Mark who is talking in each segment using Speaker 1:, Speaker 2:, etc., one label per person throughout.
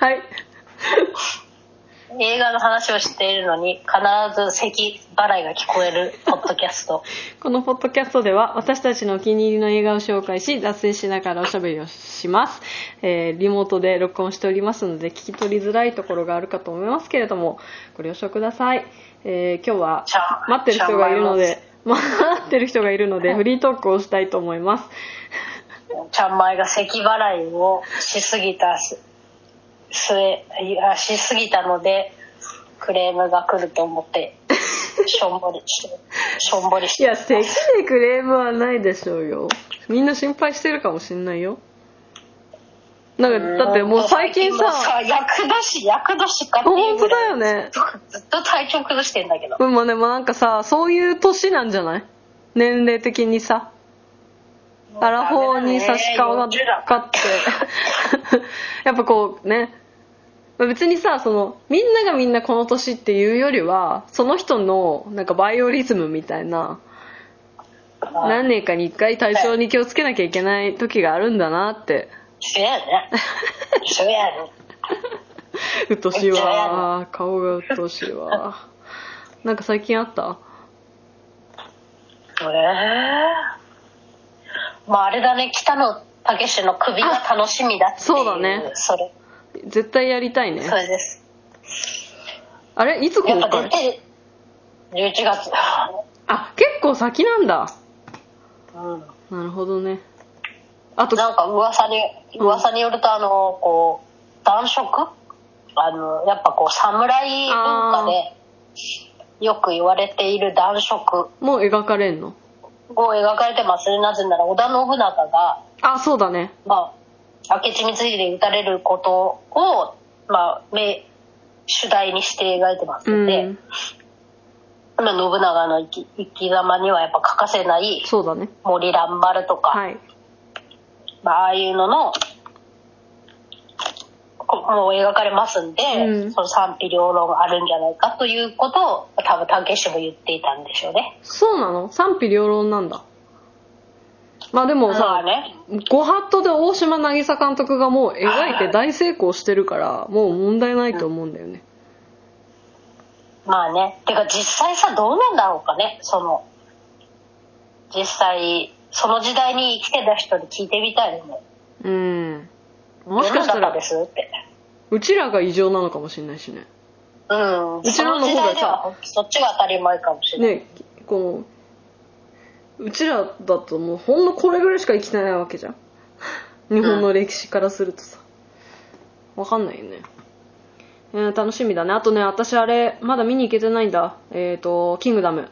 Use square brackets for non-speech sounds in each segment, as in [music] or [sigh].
Speaker 1: はい。
Speaker 2: 映画の話をしているのに必ず咳払いが聞こえるポッドキャ
Speaker 1: [laughs]
Speaker 2: スト
Speaker 1: このポッドキャストでは私たちのお気に入りの映画を紹介し脱線しながらおしゃべりをします、えーリモートで録音しておりますので聞き取りづらいところがあるかと思いますけれどもご了承ください、えー今日は
Speaker 2: じゃあ
Speaker 1: 待ってる人がいるの
Speaker 2: じゃ
Speaker 1: で待ってる人がいるの [laughs] でフリートークをしたいと思います
Speaker 2: ちゃんまいが咳払いをしすぎたす末いやしすぎたのでクレームが来ると思ってしょんぼ
Speaker 1: [laughs]
Speaker 2: りしてしょんぼりし
Speaker 1: い
Speaker 2: て
Speaker 1: や咳でクレームはないでしょうよみんな心配してるかもしんないよなんかだってもう最近
Speaker 2: もう
Speaker 1: さ
Speaker 2: 厄年厄年かっていう
Speaker 1: 本
Speaker 2: ぐ
Speaker 1: 当だ
Speaker 2: らい
Speaker 1: よね
Speaker 2: ずっと体調崩してんだけど
Speaker 1: うんまあでもなんかさそういう年なんじゃない年齢的にさアラフォーに差し掛か
Speaker 2: もう
Speaker 1: っ
Speaker 2: ダメだね
Speaker 1: て [laughs] やっぱこうねまあ別にさそのみんながみんなこの年っていうよりはその人のなんかバイオリズムみたいな
Speaker 2: 40だ
Speaker 1: 何年かに1回対象に気をつけなきゃいけない時があるんだなって
Speaker 2: 一緒やね一緒やね
Speaker 1: うっとうしいわ顔がうっとうしいわなんか最近あった
Speaker 2: えー、まああれだね北野武の首が楽しみだっていう
Speaker 1: そうだね
Speaker 2: それ
Speaker 1: 絶対やりたいね
Speaker 2: それです
Speaker 1: あれいつ
Speaker 2: や
Speaker 1: 公
Speaker 2: っぱ出
Speaker 1: 開
Speaker 2: てる11月
Speaker 1: あ結構先なんだ
Speaker 2: うん
Speaker 1: なるほどねあと
Speaker 2: なんか噂に
Speaker 1: うん
Speaker 2: 噂によるとあのこう男色あのやっぱこう侍文化でよく言われている男色
Speaker 1: もう描かれんの
Speaker 2: を描かれてますねなぜなら織田信長が
Speaker 1: あそうだね
Speaker 2: まあ、明智光秀に撃たれることを、まあ、め主題にして描いてます
Speaker 1: う
Speaker 2: ので、
Speaker 1: ん
Speaker 2: まあ信長の生き生き様にはやっぱ欠かせない
Speaker 1: そうだね
Speaker 2: 森蘭丸とか、
Speaker 1: はい
Speaker 2: まあ、ああいうののこもう描かれますんで、
Speaker 1: うん
Speaker 2: その賛否両論あるんじゃないかということを多分武志も言っていたんでしょうね。
Speaker 1: そうなの賛否両論なんだまあでも
Speaker 2: まあ
Speaker 1: さ
Speaker 2: ね、
Speaker 1: ご法度で大島渚監督がもう描いて大成功してるからもう問題ないと思うんだよね
Speaker 2: まあね。てか実際さ、どうなんだろうかね。その、実際、その時代に生きてた人に聞いてみたいよね。
Speaker 1: うんもしかした
Speaker 2: 世の中
Speaker 1: ら
Speaker 2: ですって。
Speaker 1: うちらが異常なのかもしれないしね
Speaker 2: うん。
Speaker 1: うちらの方がさ
Speaker 2: そ時代ではそっちが当たり前かもしれない。
Speaker 1: ねこのうちらだともうほんのこれぐらいしか生きてないわけじゃん日本の歴史からするとさわかんないよね、えー楽しみだねあとね私あれまだ見に行けてないんだえっ、と「キングダム」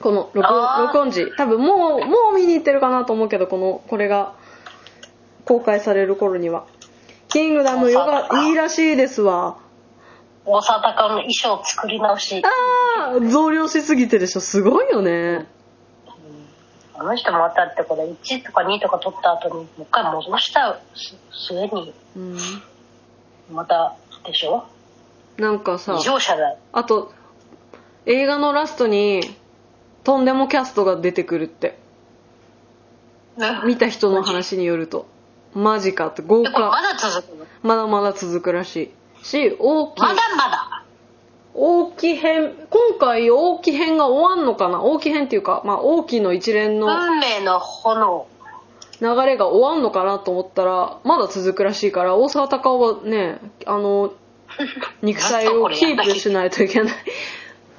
Speaker 1: この録
Speaker 2: あー
Speaker 1: 音録音時多分もうもう見に行ってるかなと思うけどこのこれが公開される頃には「キングダム」よがいいらしいですわ
Speaker 2: 大沢かの衣装を作り直し。
Speaker 1: ああ増量しすぎてでしょすごいよね
Speaker 2: あの人またってこれ1とか2とか取った後にもう一回戻した末に
Speaker 1: うん
Speaker 2: またでしょ
Speaker 1: なんかさ
Speaker 2: 異常者だよ。
Speaker 1: あと映画のラストにとんでもキャストが出てくるって見た人の話によるとマジかって豪
Speaker 2: でこれま
Speaker 1: 華
Speaker 2: だ続くの
Speaker 1: まだまだ続くらしいし大きい
Speaker 2: まだまだ。
Speaker 1: 大き編今回大き編が終わんのかな大き編っていうか、まあ、大きの一連の
Speaker 2: 運命の炎。
Speaker 1: 流れが終わんのかなと思ったらまだ続くらしいから大沢たかおはねあ
Speaker 2: [laughs]
Speaker 1: の肉体をキープしないといけない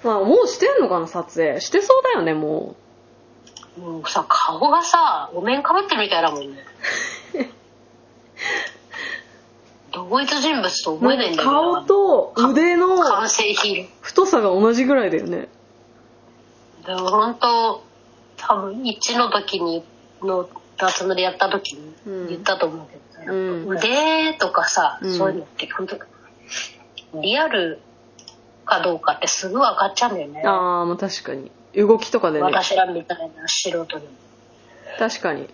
Speaker 1: まあもうしてんのかな撮影してそうだよねもう
Speaker 2: もうさ顔がさお面かぶってるみたいだもん
Speaker 1: [laughs]
Speaker 2: ね同一人物と思えないんだけど
Speaker 1: 顔と腕の
Speaker 2: 完成品
Speaker 1: 太さが同じぐらいだよね
Speaker 2: でも本当多分一の時にの脱塗りやった時に
Speaker 1: うん
Speaker 2: 言ったと思うけどさ、
Speaker 1: うん
Speaker 2: 腕とかさ、
Speaker 1: うん
Speaker 2: そういうのって本当リアルかどうかってすぐ分かっちゃうんだよね
Speaker 1: ああまあ確かに動きとかでね
Speaker 2: 私らみたいな素人にも
Speaker 1: 確かに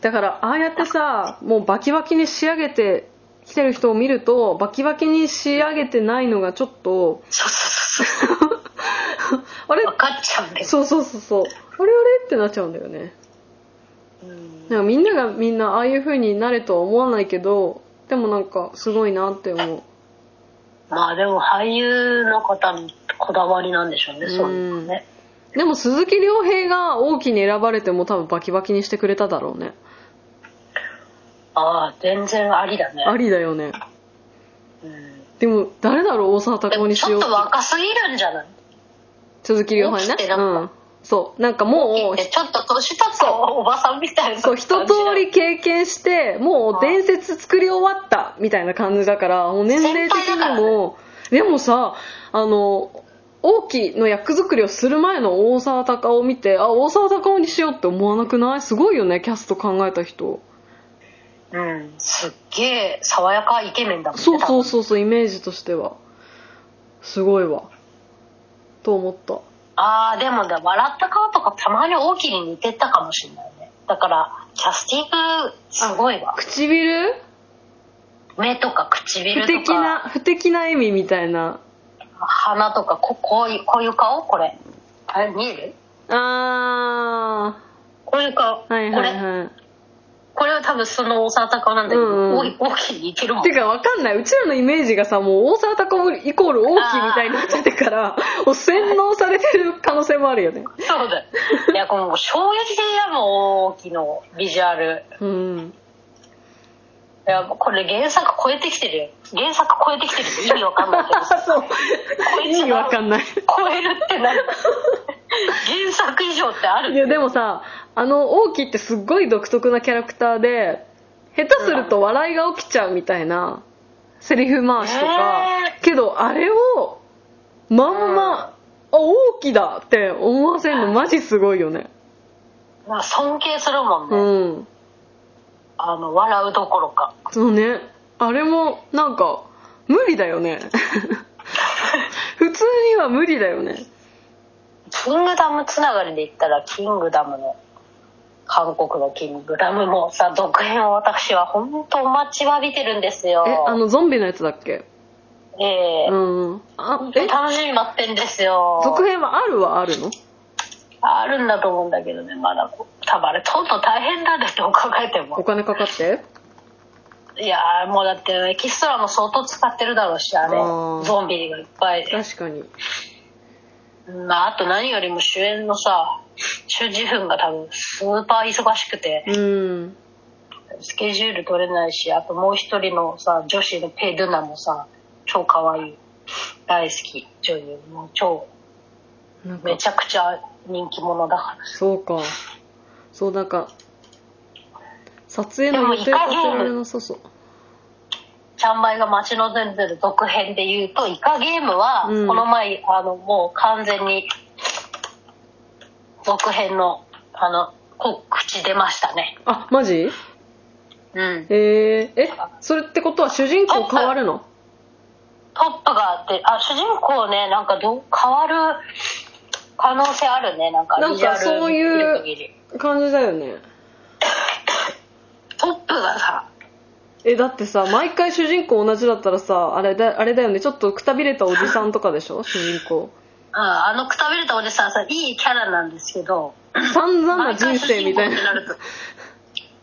Speaker 1: だからああやってさもうバキバキに仕上げてきてる人を見るとバキバキに仕上げてないのがちょっと
Speaker 2: そうそうそうそ
Speaker 1: あれ
Speaker 2: う分かっちゃうんだよ
Speaker 1: そうそうそうそうあれあれってなっちゃうんだよね
Speaker 2: うん
Speaker 1: なんかみんながみんなああいう風になれとは思わないけどでもなんかすごいなって思う
Speaker 2: まあでも俳優の方のこだわりなんでしょうね、そういうのね。
Speaker 1: でも鈴木亮平が大きに選ばれても多分バキバキにしてくれただろうね
Speaker 2: ああ、全然ありだね。
Speaker 1: ありだよね
Speaker 2: うん
Speaker 1: でも誰だろう大沢た
Speaker 2: で
Speaker 1: かお
Speaker 2: も
Speaker 1: に
Speaker 2: ち
Speaker 1: しよ
Speaker 2: ょっ
Speaker 1: う
Speaker 2: と若すぎるんじゃない
Speaker 1: 鈴木亮平
Speaker 2: 大きく
Speaker 1: ね
Speaker 2: てなんか
Speaker 1: うんそうなんかもう
Speaker 2: ちょっと年取ったおばさんみたい
Speaker 1: [laughs]
Speaker 2: な
Speaker 1: そう
Speaker 2: 感じだ
Speaker 1: 一通り経験してもう伝説作り終わったみたいな感じだからもう年齢的
Speaker 2: 先輩だから
Speaker 1: に
Speaker 2: ね
Speaker 1: も、でもさあの王毅の役作りをする前の大沢たかおを見てあ大沢たかおにしようって思わなくないすごいよねキャスト考えた人
Speaker 2: うんすっげえ爽やかイケメンだもんね
Speaker 1: そうそう
Speaker 2: う
Speaker 1: そうそうイメージとしてはすごいわと思った
Speaker 2: ああでもね笑った顔とかたまに大きに似てたかもしれないねだからキャスティングすごいわ
Speaker 1: 唇
Speaker 2: 目とか
Speaker 1: 不
Speaker 2: 唇と
Speaker 1: 敵な
Speaker 2: か
Speaker 1: 不敵な笑みみたいな
Speaker 2: 鼻とかここういうこういう顔これあれ見える
Speaker 1: あ
Speaker 2: こういう顔、
Speaker 1: ーはい
Speaker 2: こ
Speaker 1: はい
Speaker 2: れ
Speaker 1: はい
Speaker 2: これは多分その大沢たかおなんだけど、
Speaker 1: うんうん
Speaker 2: 大きに似てるもん
Speaker 1: てかわかんないうちらのイメージがさもう大沢たかおイコール大きいみたいになっちゃってからもう洗脳されてる可能性もあるよね
Speaker 2: そうだよいやこの衝撃的だもん大きのビジュアル
Speaker 1: うん
Speaker 2: いや、これ原作超えてきてるよ。原作超えてきてるって意味わかんないけど
Speaker 1: あ
Speaker 2: さ
Speaker 1: [laughs] そう意味わかんない
Speaker 2: 超えるってなる。原作以上ってある
Speaker 1: いやでもさあの大きいってすっごい独特なキャラクターで下手すると笑いが起きちゃうみたいなセリフ回しとか、
Speaker 2: ね
Speaker 1: けどあれをまんま、あ大きいだって思わせるのマジすごいよね
Speaker 2: まあ尊敬するもんね。
Speaker 1: うん
Speaker 2: あの、笑うどころか。
Speaker 1: そうねあれもなんか無理だよね [laughs] 普通には無理だよね
Speaker 2: キングダムつながりで言ったら、キングダムの、韓国のキングダムもさ、続編を私は本当待ちわびてるんですよ。
Speaker 1: えあのゾンビのやつだっけ
Speaker 2: ええ
Speaker 1: うんあえ
Speaker 2: 楽しみに待ってんですよ。
Speaker 1: 続編はあるはあるの
Speaker 2: あるんだと思うんだけどね、まだこう。多分あれ、撮るの大変だね、どう考えても
Speaker 1: お。金かかって
Speaker 2: いやーもうだってエキストラも相当使ってるだろうしあれ
Speaker 1: あー
Speaker 2: ゾンビがいっぱい
Speaker 1: 確かに
Speaker 2: まああと何よりも主演のさ主ジフンが多分スーパー忙しくて
Speaker 1: うん
Speaker 2: スケジュール取れないしあともう一人のさ女子のペ・ドゥナもさ超可愛い大好き女優もう超
Speaker 1: なんか
Speaker 2: めちゃくちゃ人気者だから
Speaker 1: そうかそうなんか撮影の予定
Speaker 2: でもいか
Speaker 1: 立
Speaker 2: に
Speaker 1: てられなさそう
Speaker 2: ちゃんまいが待ち望んでる続編で言うとイカゲームは
Speaker 1: うん
Speaker 2: この前、あのもう完全に続編のあの告知出ましたね
Speaker 1: あマジ
Speaker 2: うん
Speaker 1: えー、えそれってことは主人公変わるの
Speaker 2: トップがあってあ主人公ねなんかどう変わる可能性あるねなんか
Speaker 1: なんか
Speaker 2: ビジュアル
Speaker 1: そういう
Speaker 2: 見る限り
Speaker 1: 感じだよね
Speaker 2: トップがさ
Speaker 1: えだってさ毎回主人公同じだったらさあれだあれだよねちょっとくたびれたおじさんとかでしょ主人
Speaker 2: [laughs]
Speaker 1: 公
Speaker 2: うん、あのくたびれたおじさんさいいキャラなんですけど
Speaker 1: 散々な人生みたい
Speaker 2: 毎回主人公って
Speaker 1: な
Speaker 2: なると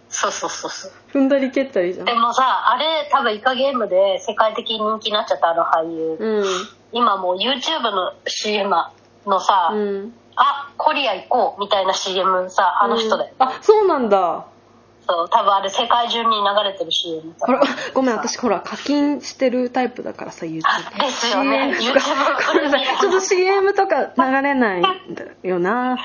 Speaker 2: そうそうそうそう
Speaker 1: 踏んだり蹴ったりじゃん
Speaker 2: でもさあれ多分イカゲームで世界的に人気になっちゃったあの俳優、
Speaker 1: うん
Speaker 2: 今もう YouTube の CM のさ、
Speaker 1: うん
Speaker 2: あコリア行こうみたいな CM さあの人だよ、
Speaker 1: うんあそうなんだ
Speaker 2: そう多分あれ世界中に流れてる CM さ
Speaker 1: ほらごめん私ほら課金してるタイプだからさ YouTube
Speaker 2: あですよね
Speaker 1: CM とか
Speaker 2: YouTube
Speaker 1: ごめんなさいちょっと CM とか流れないんだよな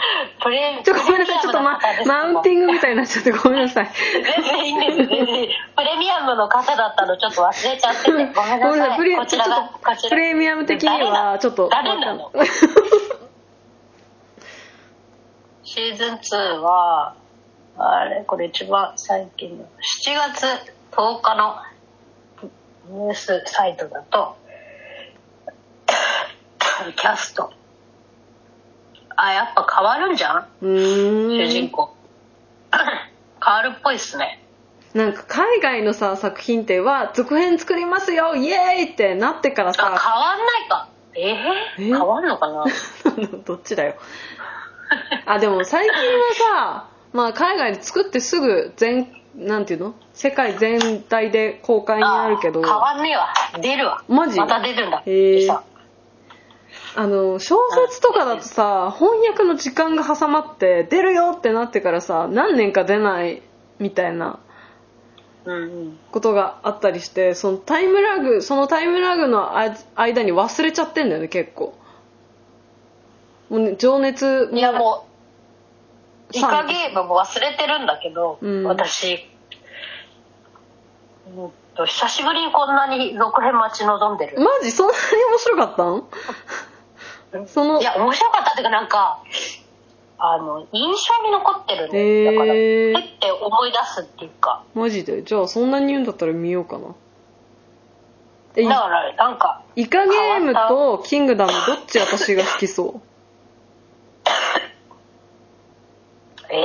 Speaker 2: プレ
Speaker 1: ちょっとごめんなさいちょっと、ま、マウンティングみたいになっちゃってごめんな
Speaker 2: [laughs]
Speaker 1: さい
Speaker 2: 全然いいんです全然いいプレミアムの方だったのちょっと忘れちゃっててごめんなさい
Speaker 1: ごめんなさいプレ
Speaker 2: こちらが
Speaker 1: ちょっと
Speaker 2: こちら
Speaker 1: プレミアム的にはちょっと
Speaker 2: 誰なのシーズン2は、あれ、これ一番最近の、7月10日のニュースサイトだと、キャスト。あ、やっぱ変わるんじゃん
Speaker 1: うーん
Speaker 2: 主人公。 [coughs] 変わるっぽいっすね。
Speaker 1: なんか海外のさ作品っては続編作りますよイエーイってなってから
Speaker 2: あ、
Speaker 1: [laughs]
Speaker 2: 変
Speaker 1: さ
Speaker 2: わんないか。えー、
Speaker 1: え
Speaker 2: 変わんのかな
Speaker 1: どっちだよあでも最近はさまあ海外で作ってすぐ全なんていうの世界全体で公開になるけど
Speaker 2: あー変わんねえわ出るわ
Speaker 1: マジ
Speaker 2: また出るんだ
Speaker 1: へえ
Speaker 2: さ
Speaker 1: あの小説とかだとさ翻訳の時間が挟まって出るよってなってからさ何年か出ないみたいな
Speaker 2: うんうん
Speaker 1: ことがあったりしてそのタイムラグそのタイムラグのあ間に忘れちゃってんだよね結構もうね情熱
Speaker 2: いやもうイ
Speaker 1: さん
Speaker 2: カゲームも忘れてるんだけど、
Speaker 1: うん
Speaker 2: 私うんと久しぶりにこんなに続編待ち望んでる、
Speaker 1: マジそんなに面白かったんその
Speaker 2: いや面白かったっていうかなんかあの印象に残ってるねだから
Speaker 1: へえ
Speaker 2: えって思い出すっていうか
Speaker 1: マジでじゃあそんなに言うんだったら見ようかなえ
Speaker 2: だからなんか
Speaker 1: イカゲームとキングダムどっち私が好きそう
Speaker 2: ええ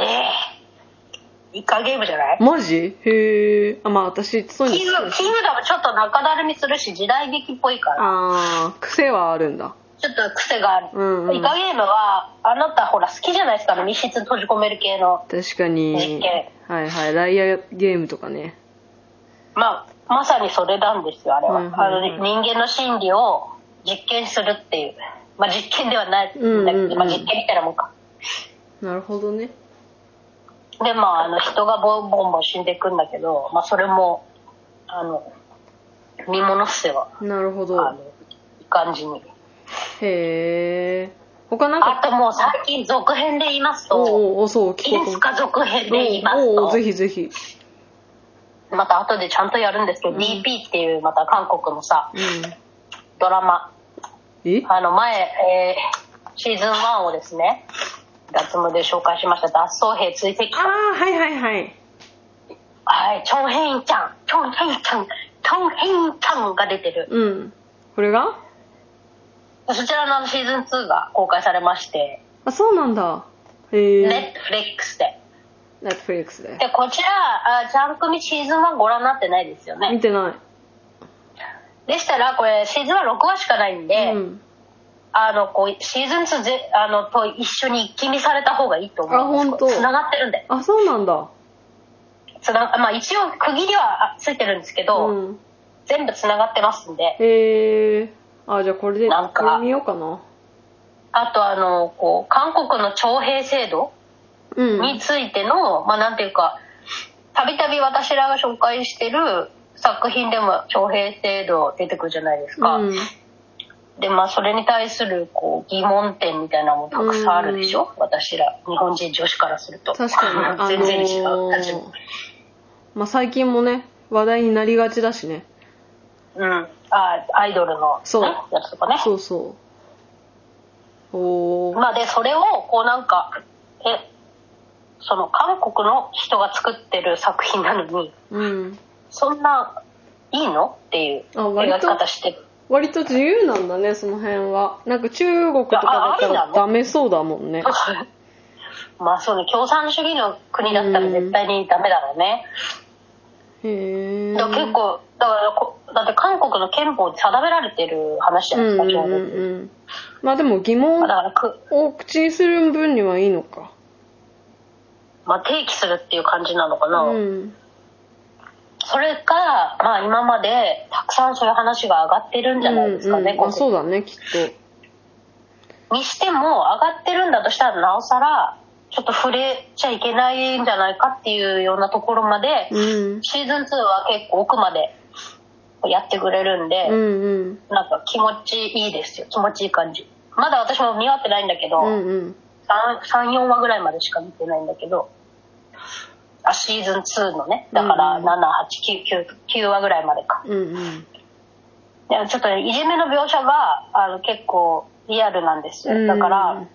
Speaker 2: イカゲームじゃない
Speaker 1: マジへえあまあ私そういうの
Speaker 2: キングキングダムちょっと中だるみするし時代劇っぽいから
Speaker 1: ああ癖はあるんだ
Speaker 2: ちょっと癖がある、
Speaker 1: うんうん
Speaker 2: イカゲームはあなたほら好きじゃないですかあの密室閉じ込める系の
Speaker 1: 確かに
Speaker 2: 実験
Speaker 1: はいはいライアーゲームとかね
Speaker 2: まあまさにそれなんですよあれは,、
Speaker 1: はいはいはい
Speaker 2: あの人間の心理を実験するっていうまあ実験ではないんだけど、
Speaker 1: うんうんうん
Speaker 2: まあ、実験みたいなもんか
Speaker 1: なるほどね
Speaker 2: でまああの人がボンボンボン死んでいくんだけどまあそれもあの見物っすよ
Speaker 1: なるほど
Speaker 2: あのいい感じに
Speaker 1: へえ他なん
Speaker 2: あ
Speaker 1: か
Speaker 2: ともう最近続編で言いますと
Speaker 1: おうおうおそう聞こ
Speaker 2: いいうで
Speaker 1: と
Speaker 2: す
Speaker 1: 思
Speaker 2: か続編で言いま
Speaker 1: お
Speaker 2: す
Speaker 1: うおうおうぜ
Speaker 2: と
Speaker 1: ひぜひ
Speaker 2: また後でちゃんとやるんですけど、
Speaker 1: うん
Speaker 2: DP っていうまた韓国のさ
Speaker 1: うん
Speaker 2: ドラマ
Speaker 1: え
Speaker 2: あの前、えーシーズン1をですね脱毛で紹介しました脱走兵追跡
Speaker 1: ああはいはいはい
Speaker 2: はいチョン・ヘインちゃんチョン・ヘインちゃんチョン・ヘインちゃんが出てる
Speaker 1: うんこれが
Speaker 2: そちらのあのシーズン2が公開されまして
Speaker 1: あそうなんだへえ
Speaker 2: ネットフレックスで
Speaker 1: Netflix で
Speaker 2: でこちらあちゃん組シーズン1ご覧になってないですよ
Speaker 1: 見
Speaker 2: ね
Speaker 1: てな
Speaker 2: でしたらこれシーズンは6話しかないん
Speaker 1: い
Speaker 2: で、
Speaker 1: うん
Speaker 2: あのこうシーズン2ぜあのと一緒に一気見された方がいいと思う
Speaker 1: あ本当
Speaker 2: つながってるんで
Speaker 1: あそうなんだ
Speaker 2: つなまあ一応区切りはあついてるんですけど、
Speaker 1: うん
Speaker 2: 全部つながってますんで
Speaker 1: へえあじゃあこれで
Speaker 2: なんか
Speaker 1: これ見ようかな
Speaker 2: あとあのこう韓国の徴兵制度
Speaker 1: うん
Speaker 2: についての、まあなんていうかたびたび私らが紹介してる作品でも徴兵制度出てくるじゃないですか、
Speaker 1: うん
Speaker 2: でまあそれに対するこう疑問点みたいなのもたくさんあるでしょ、私ら日本人女子からすると
Speaker 1: 確かに
Speaker 2: [laughs] 全然違う、
Speaker 1: あのー
Speaker 2: 立場
Speaker 1: まあ、最近もね話題になりがちだしね
Speaker 2: うん、あアイドルの、ね、
Speaker 1: そう
Speaker 2: やつとかね
Speaker 1: そうそうおー
Speaker 2: まあでそれをこうなんかえその韓国の人が作ってる作品なのに
Speaker 1: うん
Speaker 2: そんないいのっていう
Speaker 1: あ割
Speaker 2: 描き
Speaker 1: と
Speaker 2: 方してる [laughs]
Speaker 1: 割と自由なんだねその辺はなんか中国とかだった
Speaker 2: あありな
Speaker 1: ら
Speaker 2: の
Speaker 1: ダメそうだもんね
Speaker 2: まあそうね共産主義の国だったら絶対にダメだろうね、
Speaker 1: へえ
Speaker 2: だから結構だからこだって韓国の憲法に定められてる話じゃ
Speaker 1: う
Speaker 2: ないです
Speaker 1: ん
Speaker 2: か、
Speaker 1: うんうん
Speaker 2: 基本的に
Speaker 1: うんまあでも疑
Speaker 2: まあ
Speaker 1: 問
Speaker 2: だからく、
Speaker 1: を口にする分にはいいのか
Speaker 2: まあ、提起するっていう感じなのかな、
Speaker 1: うん
Speaker 2: それが、まあ、今までたくさんそういう話が上がってるんじゃないですか
Speaker 1: う
Speaker 2: ね、
Speaker 1: んうん、あ
Speaker 2: ここ
Speaker 1: そうだねきっと
Speaker 2: にしても上がってるんだとしたらなおさらちょっと触れちゃいけないんじゃないかっていうようなところまで、
Speaker 1: うん
Speaker 2: シーズン2は結構奥までやってくれるんで、
Speaker 1: うんうん
Speaker 2: なんか気持ちいいですよ気持ちいい感じまだ私も見終わってないんだけど、
Speaker 1: うんうん
Speaker 2: 34話ぐらいまでしか見てないんだけどあシーズン2のねだから
Speaker 1: うん
Speaker 2: 789話ぐらいまでか
Speaker 1: うんうん
Speaker 2: いやちょっとねいじめの描写があの結構リアルなんです
Speaker 1: う
Speaker 2: よ
Speaker 1: ん
Speaker 2: だから、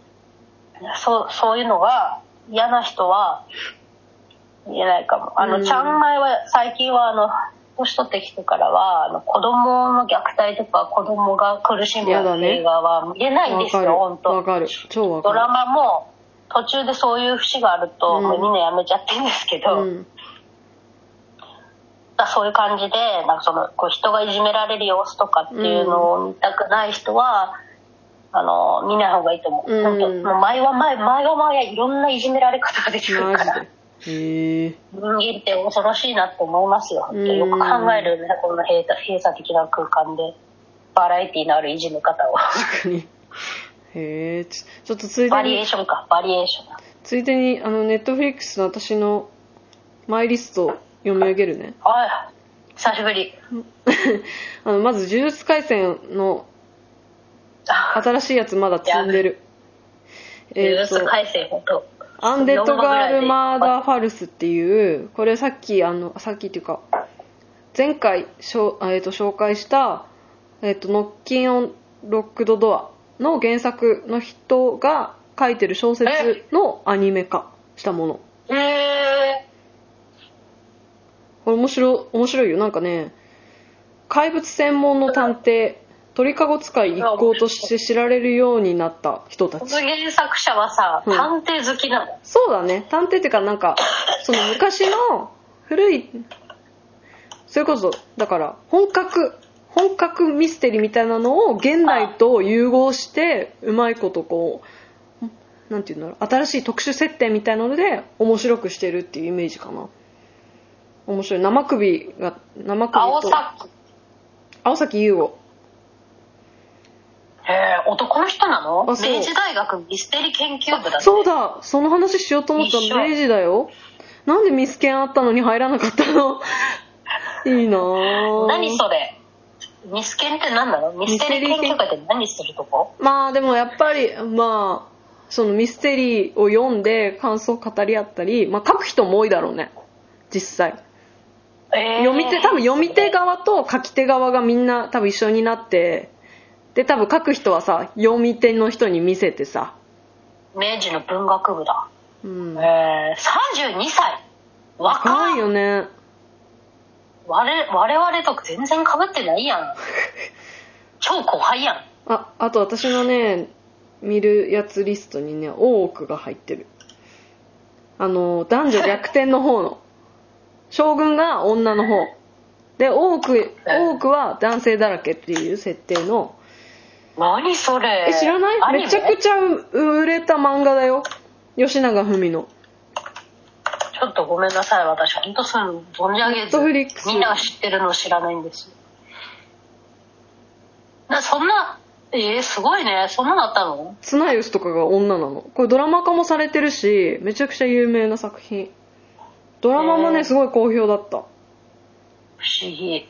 Speaker 2: そうそういうのが嫌な人は言えないかもあの、
Speaker 1: うん
Speaker 2: ちゃんまいは最近はあの年取ってきてからはあの子供の虐待とか子供が苦しむ
Speaker 1: やだね
Speaker 2: 映画は見れないん
Speaker 1: わ
Speaker 2: です
Speaker 1: かる
Speaker 2: よ、本
Speaker 1: わ
Speaker 2: 当
Speaker 1: かる超わか
Speaker 2: ド
Speaker 1: る
Speaker 2: ラマも途中でそういう節があると、
Speaker 1: うん
Speaker 2: もうみんなやめちゃってるんですけど、
Speaker 1: うん
Speaker 2: だそういう感じでなんかそのこう人がいじめられる様子とかっていうのを見たくない人は、あの見ない方がいいと思う、
Speaker 1: うん
Speaker 2: 本当もう前は前前は前はいろんないじめられ方が出てくる
Speaker 1: マ
Speaker 2: か
Speaker 1: ジ
Speaker 2: ら
Speaker 1: でへえ
Speaker 2: 人間って恐ろしいなって思いますよ、本当
Speaker 1: うん
Speaker 2: よく考えるよねこんな閉鎖閉鎖的な空間でバラエティのあるいじめ方を
Speaker 1: 確かに [laughs] へえちょちょっとつい
Speaker 2: バ
Speaker 1: で
Speaker 2: リエー
Speaker 1: に
Speaker 2: ションかバリエーション
Speaker 1: ついでにあのネットフリックスの私のマイリストを読み上げるね [laughs]
Speaker 2: あ久しぶり
Speaker 1: あのまず「呪術廻戦」の
Speaker 2: あ
Speaker 1: 新しいやつまだ積んでる
Speaker 2: ニュ
Speaker 1: え
Speaker 2: ー
Speaker 1: っ
Speaker 2: ス
Speaker 1: と
Speaker 2: 改正本当
Speaker 1: アンデッドガール・マーダー・ファルスっていう、これさっき、あの、さっきっていうか、前回しょ、あえっと紹介した、えっ、と、ノッキン・オン・ロックド・ドアの原作の人が書いてる小説のアニメ化したもの。
Speaker 2: へえ
Speaker 1: これ面白、面白いよ。なんかね、怪物専門の探偵、鳥かご使い一行として知られるようになった人た
Speaker 2: こ
Speaker 1: ち
Speaker 2: の。原作者はさ、
Speaker 1: うん
Speaker 2: 探偵好きなの
Speaker 1: そうだね探偵っていうかなんかその昔の古いそれこそだから本格本格ミステリーみたいなのを現代と融合してうまいことこうなんていうんだろう新しい特殊設定みたいなので面白くしてるっていうイメージかな面白い生首が生首と
Speaker 2: 青崎
Speaker 1: 青崎優吾
Speaker 2: へえ男の人なの明
Speaker 1: あそう
Speaker 2: 治大学ミステリ研究部だって
Speaker 1: そうだその話しようと思った
Speaker 2: 一
Speaker 1: の
Speaker 2: 緒
Speaker 1: 明治だよなんでミスケンあったのに入らなかった
Speaker 2: [laughs]
Speaker 1: のいいなぁ
Speaker 2: 何それミスケンって何なのミステリー研究会って何するとこ
Speaker 1: まあでもやっぱりまあそのミステリーを読んで感想を語り合ったり、まあ、書く人も多いだろうね実際
Speaker 2: えー
Speaker 1: 読み手多分読み手側と書き手側がみんな多分一緒になってで多分書く人はさ読み手の人に見せてさ
Speaker 2: 明治の文学部だ
Speaker 1: うん
Speaker 2: えー、32歳若
Speaker 1: 若
Speaker 2: い
Speaker 1: いよね
Speaker 2: 我我々と全然かぶってないや
Speaker 1: [laughs]
Speaker 2: ん超後輩やん
Speaker 1: ああと私のね見るやつリストにね大奥が入ってるあの男女逆転の方の [laughs] 将軍が女の方で大奥大奥は男性だらけっていう設定の
Speaker 2: 何それ
Speaker 1: え知ら
Speaker 2: ア
Speaker 1: な
Speaker 2: ニ
Speaker 1: い
Speaker 2: メ
Speaker 1: めちゃくちゃ売れた漫画だよ吉永文の
Speaker 2: ちょっとごめんなさい私本当そういうの存じ上げず
Speaker 1: Netflix
Speaker 2: みんなが知ってるのを知らないんですよなそんなえー、すごいねそんなのあったの
Speaker 1: 綱吉とかが女なのこれドラマ化もされてるしめちゃくちゃ有名な作品ドラマも
Speaker 2: へー
Speaker 1: ねすごい好評だった
Speaker 2: 不思議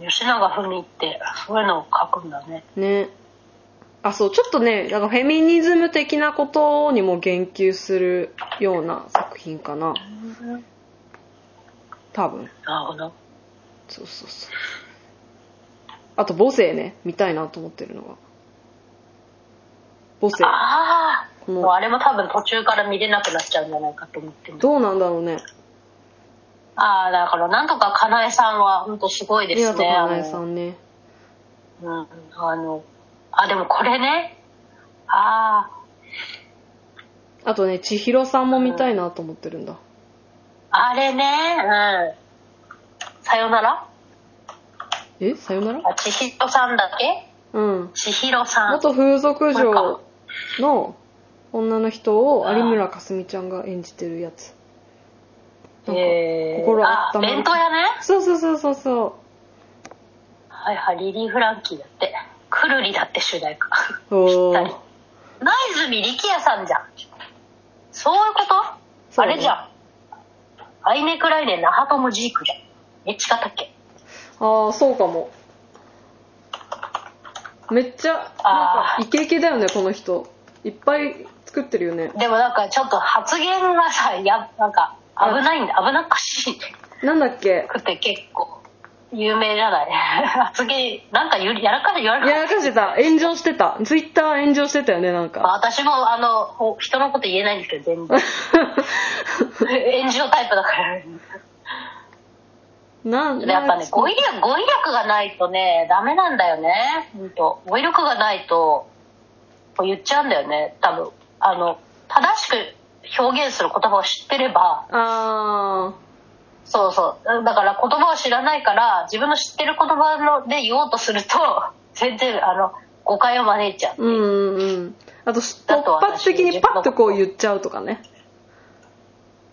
Speaker 2: 吉永文ってそういうのを書くんだね
Speaker 1: ねあそうちょっとねだからフェミニズム的なことにも言及するような作品かな多分
Speaker 2: なるほど
Speaker 1: そうそうそうあと母性ね見たいなと思ってるのが母性
Speaker 2: ああ
Speaker 1: この
Speaker 2: もうあれも多分途中から見れなくなっちゃうんじゃないかと思ってる
Speaker 1: どうなんだろうね
Speaker 2: ああだからなんとかかなえさんは本当すごいで
Speaker 1: 湊
Speaker 2: す
Speaker 1: か
Speaker 2: ね
Speaker 1: なえさんね
Speaker 2: うん、あの、あ、でもこれね、あ
Speaker 1: あとね千尋さんも見たいなと思ってるんだ
Speaker 2: あ、あれね、うん。さよなら
Speaker 1: えさよなら
Speaker 2: あ千尋さんだっけ
Speaker 1: うん
Speaker 2: 千尋さん。
Speaker 1: 元風俗
Speaker 2: こ
Speaker 1: 嬢の女の人を有村架純ちゃんが演じてるやつなんか
Speaker 2: えー、
Speaker 1: 心温
Speaker 2: あ、
Speaker 1: まる
Speaker 2: 弁当屋ね。
Speaker 1: そうそうそうそうそ
Speaker 2: はいはい、リリー・フランキーだって。くるりだって主題歌。 [laughs]
Speaker 1: うお
Speaker 2: ぴ
Speaker 1: ー
Speaker 2: ったりナイズミリキヤさんじゃん。そういうこと
Speaker 1: そう
Speaker 2: あ
Speaker 1: ね
Speaker 2: れじゃん。アイネクライネン、ナハトム・ジークじゃん。え、違ったっけ
Speaker 1: ああそうかもめっちゃなんか
Speaker 2: あー
Speaker 1: イケイケだよねこの人いっぱい作ってるよね
Speaker 2: でもなんかちょっと発言がさ、や、なんか危ないんだ、危なっかしい。
Speaker 1: なんだっけ
Speaker 2: って結構有名じゃない [laughs] 次なんかゆやらかしやら
Speaker 1: いや
Speaker 2: かし
Speaker 1: らかしてた炎上してたツイッター炎上してたよねなん
Speaker 2: まあ
Speaker 1: か
Speaker 2: 私もあのほ人のこと言えないんですけど全部
Speaker 1: [laughs]
Speaker 2: 炎上タイプだから
Speaker 1: なん
Speaker 2: やっぱね語
Speaker 1: なん
Speaker 2: 彙力語彙力がないとねダメなんだよね本当語彙力がないとこう言っちゃうんだよね多分あの正しく表現する言葉を知ってれば
Speaker 1: あ
Speaker 2: そうそうだから [laughs] 言葉を知らないから自分の知ってる言葉ので言おうとすると全然あの誤解を招いちゃう。
Speaker 1: うんうんうんあと突
Speaker 2: あと
Speaker 1: 発
Speaker 2: 私
Speaker 1: 的にパッとこう言っちゃうとかね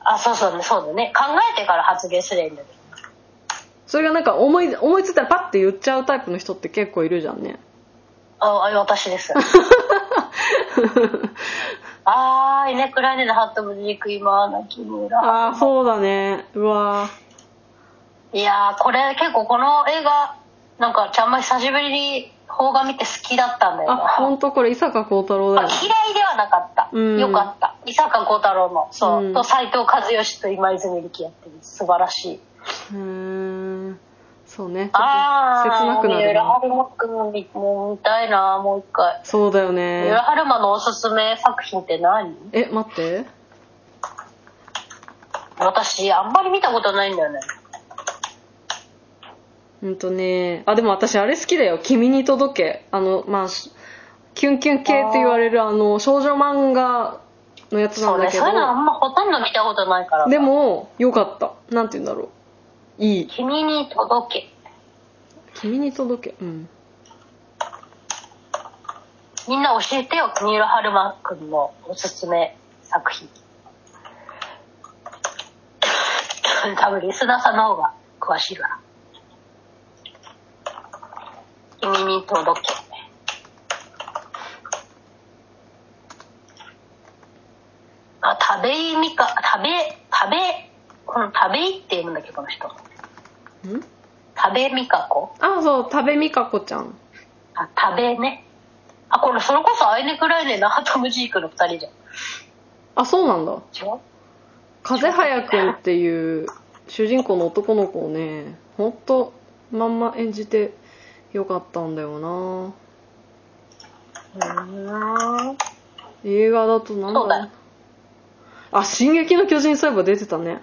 Speaker 2: あ、そうそうね、そうだね。考えてから発言すればいいんだけど。
Speaker 1: それがなんか思い思いついたらパッて言っちゃうタイプの人って結構いるじゃ
Speaker 2: [laughs]
Speaker 1: んね
Speaker 2: あ、あ私
Speaker 1: [laughs]
Speaker 2: です。あーいね、暗いねでハットブリーク今、泣き村。
Speaker 1: ああそうだねうわ
Speaker 2: いやー、これ結構この映画、なんか、ちゃんま久しぶりに邦画見て好きだったんだ
Speaker 1: ー
Speaker 2: よ
Speaker 1: あ
Speaker 2: な。
Speaker 1: 本当これ伊坂幸太郎だ
Speaker 2: ま
Speaker 1: よ
Speaker 2: あ
Speaker 1: ね
Speaker 2: 嫌いではなかった。
Speaker 1: うん
Speaker 2: よかった。伊坂幸太郎の、そう、
Speaker 1: うん
Speaker 2: と斎藤和義と今泉力也っていう素晴らしい。
Speaker 1: うーんそうねちょ
Speaker 2: あ
Speaker 1: っと
Speaker 2: あ、
Speaker 1: 切なくなる
Speaker 2: 三浦
Speaker 1: な
Speaker 2: 春馬くん見もう見たいな、もう一回。
Speaker 1: そうだよ
Speaker 2: 三
Speaker 1: ね
Speaker 2: 浦春馬のおすすめ作品って何
Speaker 1: え待って
Speaker 2: 私、あんまり見たことないんだよね。
Speaker 1: うんとねあでも私あれ好きだよ「君に届け」あのまあしキュンキュン系って言われるあの少女漫画のやつな
Speaker 2: そ
Speaker 1: ん
Speaker 2: う
Speaker 1: だ
Speaker 2: ね、
Speaker 1: け
Speaker 2: そう
Speaker 1: ど
Speaker 2: いうのあんまほとんど見たことないから。
Speaker 1: で、もよかったなんて言うんだろういい
Speaker 2: 君に届け。
Speaker 1: 「君に届け」うん
Speaker 2: みんな教えてよ、三浦春馬くんのおすすめ作品。多分リスナーさんの方が詳しいから。君に届け。あ、食べいみか、食べ、食べ、この食べいって読むんだっけ、この人。
Speaker 1: ん
Speaker 2: 食べみかこ
Speaker 1: あそう多部未華子ちゃん
Speaker 2: あ、食べね。あ、これそれこそアイネクライネ、ナハトムジークの二人じゃん。
Speaker 1: あそうなんだ
Speaker 2: 違う
Speaker 1: 風早くんっていう主人公の男の子をねほんとまんま演じてよかったんだよな
Speaker 2: うん。
Speaker 1: 映画だとなん
Speaker 2: そうだよ
Speaker 1: あ「進撃の巨人」そういえば出てたね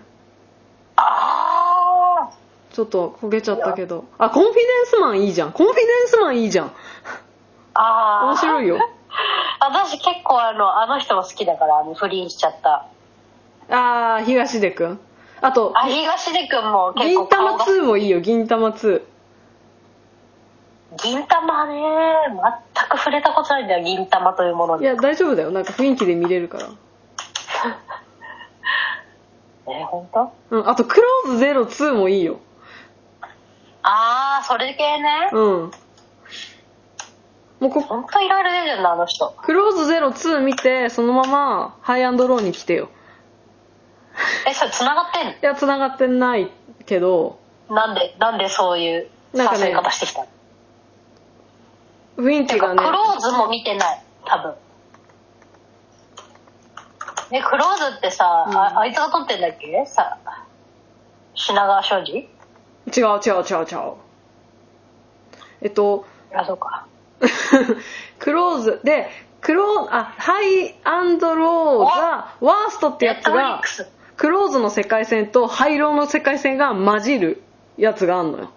Speaker 2: あ
Speaker 1: ちょっと焦げちゃったけどあコンフィデンスマンいいじゃんコンフィデンスマンいいじゃん
Speaker 2: あああ
Speaker 1: 面白いよ
Speaker 2: 私結構あのあの人も好きだからあの不倫しちゃった
Speaker 1: あー東出くんあと
Speaker 2: あ東出君も結
Speaker 1: 銀
Speaker 2: 構顔
Speaker 1: 玉
Speaker 2: が
Speaker 1: 2もいいよ銀玉2
Speaker 2: 銀玉ね全く触れたことないんだよ銀玉というもの
Speaker 1: い
Speaker 2: に、え
Speaker 1: や大丈夫だよなんか雰囲気で見れるから
Speaker 2: ー、本当
Speaker 1: うんあと「クローズ02」もいいよ
Speaker 2: ああそれ系ね
Speaker 1: うんもうこ
Speaker 2: 本当いろいろ出てるんだあの人
Speaker 1: クローズゼロツー見て、そのままハイアンドローに来てよ。
Speaker 2: えそれ繋がってん
Speaker 1: いや、繋がってないけど、
Speaker 2: のなんでなんでそういう
Speaker 1: なんか
Speaker 2: 誘
Speaker 1: ね
Speaker 2: い方してきたの、
Speaker 1: 雰囲
Speaker 2: て
Speaker 1: 気
Speaker 2: か
Speaker 1: がね
Speaker 2: ク、ローズも見てない多分えクローズってさ、
Speaker 1: うん
Speaker 2: ああいつが撮ってんだっけさ品川庄司
Speaker 1: 違う違う違う違う。えっと、 [laughs]
Speaker 2: あそうか
Speaker 1: クローズ、で、クロー、あ、ハイアンドローが、ワーストって
Speaker 2: ネ
Speaker 1: や
Speaker 2: ッ
Speaker 1: つ
Speaker 2: トフリッ
Speaker 1: が
Speaker 2: ク、ス
Speaker 1: クローズの世界線とハイローの世界線が混じるやつがあんのよ。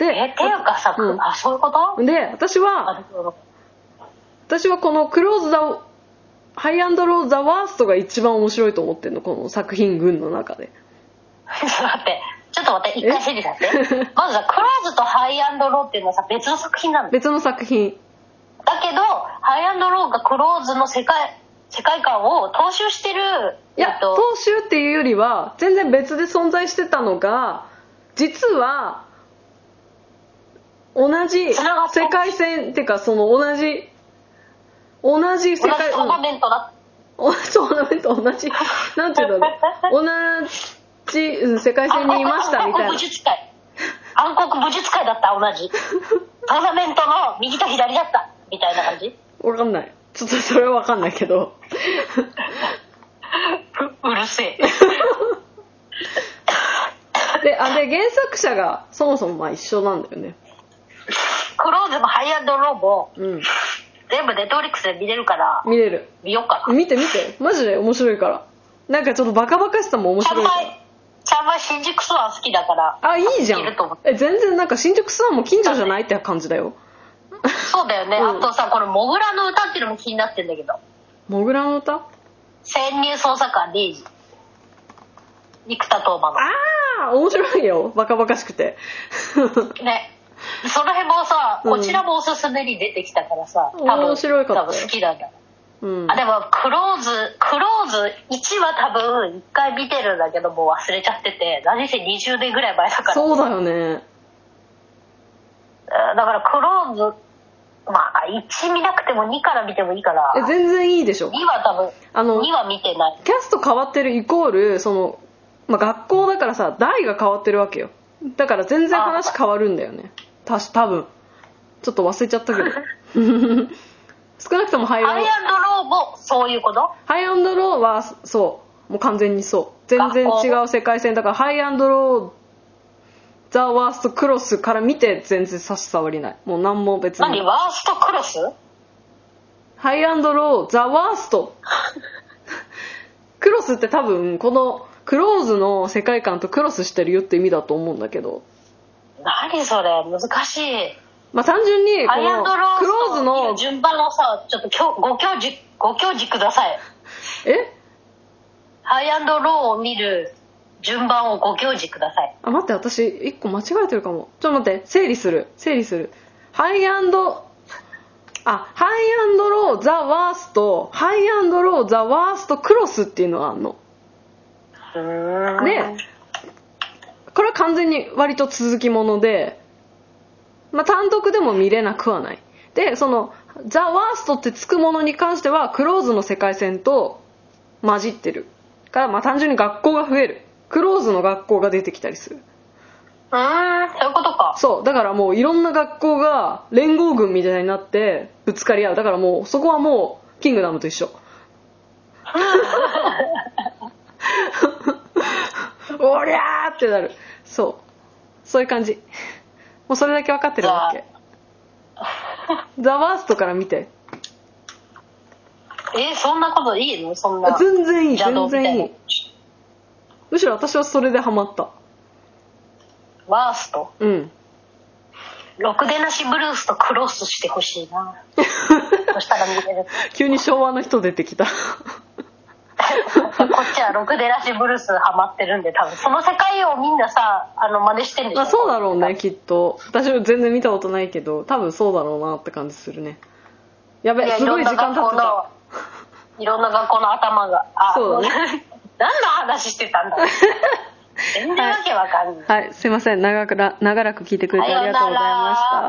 Speaker 2: え
Speaker 1: で、
Speaker 2: ていうかさ、
Speaker 1: うん
Speaker 2: あそういうこと
Speaker 1: で、私は、
Speaker 2: あそう
Speaker 1: 私はこのクローズザハイアンドローザワーストが一番面白いと思ってんのこの作品群の中で
Speaker 2: ちょっと待ってちょっと待って一回整理させてまずさクローズとハイアンドローっていうのはさ別の作品なのだ
Speaker 1: 別の作品
Speaker 2: けどハイアンドローがクローズの世界世界観を踏襲してる
Speaker 1: いや
Speaker 2: えっ
Speaker 1: 当
Speaker 2: と
Speaker 1: 主っていうよりは全然別で存在してたのが実は同じ
Speaker 2: 繋がった
Speaker 1: 世界線っていうかその同じ同じ世
Speaker 2: 同じト
Speaker 1: 界
Speaker 2: ーナメントだ
Speaker 1: [laughs] 同じトーナメント同じなんていうんだろう同じ、うん、世界線にいましたみたいな
Speaker 2: 暗黒武術会暗黒武術会だった同じトーナメントの右と左だったみたいな感じ
Speaker 1: わかんないちょっとそれはわかんないけど
Speaker 2: ううるせえ
Speaker 1: であで原作者がそもそもまあ一緒なんだよね
Speaker 2: クローズもハイアンドローも
Speaker 1: うん
Speaker 2: 全部ネットフリックスで見れるから
Speaker 1: 見れる
Speaker 2: 見よっかな
Speaker 1: 見て見てマジで面白いからなんかちょっとバカバカしさも面
Speaker 2: ちゃん
Speaker 1: 白い
Speaker 2: ま
Speaker 1: か
Speaker 2: いちゃんまい新宿スワン好きだから
Speaker 1: らあいいじゃん
Speaker 2: いると思う
Speaker 1: え全然なんか新宿スワンも近所じゃないって感じだよ
Speaker 2: そうだよね、
Speaker 1: うん
Speaker 2: あとさこの「モグラの歌」っていうのも気になってんだけど
Speaker 1: モグラの歌あ
Speaker 2: 潜入捜査官リージ生田斗真の [laughs]
Speaker 1: あ面白いよバカバカしくて
Speaker 2: ねその辺もさ、
Speaker 1: うん
Speaker 2: こちらもおすすめに出てきたからさ多分
Speaker 1: 面白いかったよ
Speaker 2: 多分好きなんだよ
Speaker 1: うん
Speaker 2: あでもクローズクローズ1は多分1回見てるんだけどもう忘れちゃってて何せ20年ぐらい前だから
Speaker 1: そうだよね
Speaker 2: だからクローズまあ1見なくても2から見てもいいから
Speaker 1: え全然いいでしょ
Speaker 2: 2は多分
Speaker 1: あの
Speaker 2: 2は見てない
Speaker 1: キャスト変わってるイコールその、まあ、学校だからさ代が変わってるわけよだから全然話変わるんだよねたし多分ちょっと忘れちゃったけど [laughs] 少なくともハイ
Speaker 2: ア
Speaker 1: ラ
Speaker 2: イ
Speaker 1: ン
Speaker 2: アンドローもそういうこと
Speaker 1: ハイアンドローはそうもう完全にそう全然違う世界線だからハイアンドローザ・ワースト・クロスから見て全然差し障りないもう何も別
Speaker 2: 何
Speaker 1: に
Speaker 2: ワーストクロス
Speaker 1: ハイアンドローザ・ワーストクロスって多分このクローズの世界観とクロスしてるよって意味だと思うんだけど
Speaker 2: 何それ難しい
Speaker 1: まあ単純にこ
Speaker 2: アイア
Speaker 1: の
Speaker 2: ンドロー
Speaker 1: クローズの
Speaker 2: の順番をさちょっときょご教示ご教示ください
Speaker 1: え
Speaker 2: アイアンドローを見る順番をご教示ください
Speaker 1: あ待って私一個間違えてるかもちょっと待って整理する整理するハイアンドあハイアンドローザ・ワーストハイアンドローザ・ワースト・クロスっていうのがあんの
Speaker 2: ね
Speaker 1: でこれは完全に割と続きもので、まあ、単独でも見れなくはないでその「ザ・ワースト」ってつくものに関してはクローズの世界線と混じってるからまあ単純に学校が増えるクローズの学校が出てきたりする
Speaker 2: うーんそういうことか
Speaker 1: そうだからもういろんな学校が連合軍みたいになってぶつかり合うだからもうそこはもうキングダムと一緒おりゃーってなるそうそういう感じもうそれだけ分かってるわけザ・ワーストから見て
Speaker 2: えそんなこといいのそんな
Speaker 1: 全然いい
Speaker 2: 邪道
Speaker 1: 全
Speaker 2: みたいな
Speaker 1: 然いいむしろ私はそれでハマった
Speaker 2: ワースト
Speaker 1: うん
Speaker 2: ろくでなしブルースとクロスしてほしい
Speaker 1: [laughs]
Speaker 2: なそしたら見れる
Speaker 1: 急に昭和の人出てきた
Speaker 2: こっちはろくでなしブルースハマってるんで多分その世界をみんなさあの真似してるんでしょ
Speaker 1: まあそうだろうねきっと私も全然見たことないけど多分そうだろうなって感じするねやべ
Speaker 2: いやい
Speaker 1: す
Speaker 2: ろ
Speaker 1: ご
Speaker 2: ん
Speaker 1: い
Speaker 2: な
Speaker 1: 時間
Speaker 2: 学
Speaker 1: 経って
Speaker 2: 校
Speaker 1: た
Speaker 2: のいろんな学校の頭があ
Speaker 1: そうだ
Speaker 2: ね [laughs] 何の話してたんだ
Speaker 1: [laughs]
Speaker 2: ろう全然わけわかんない
Speaker 1: はいすいません長くら長らく聞いてくれてありがとうございまし
Speaker 2: さよう
Speaker 1: た
Speaker 2: な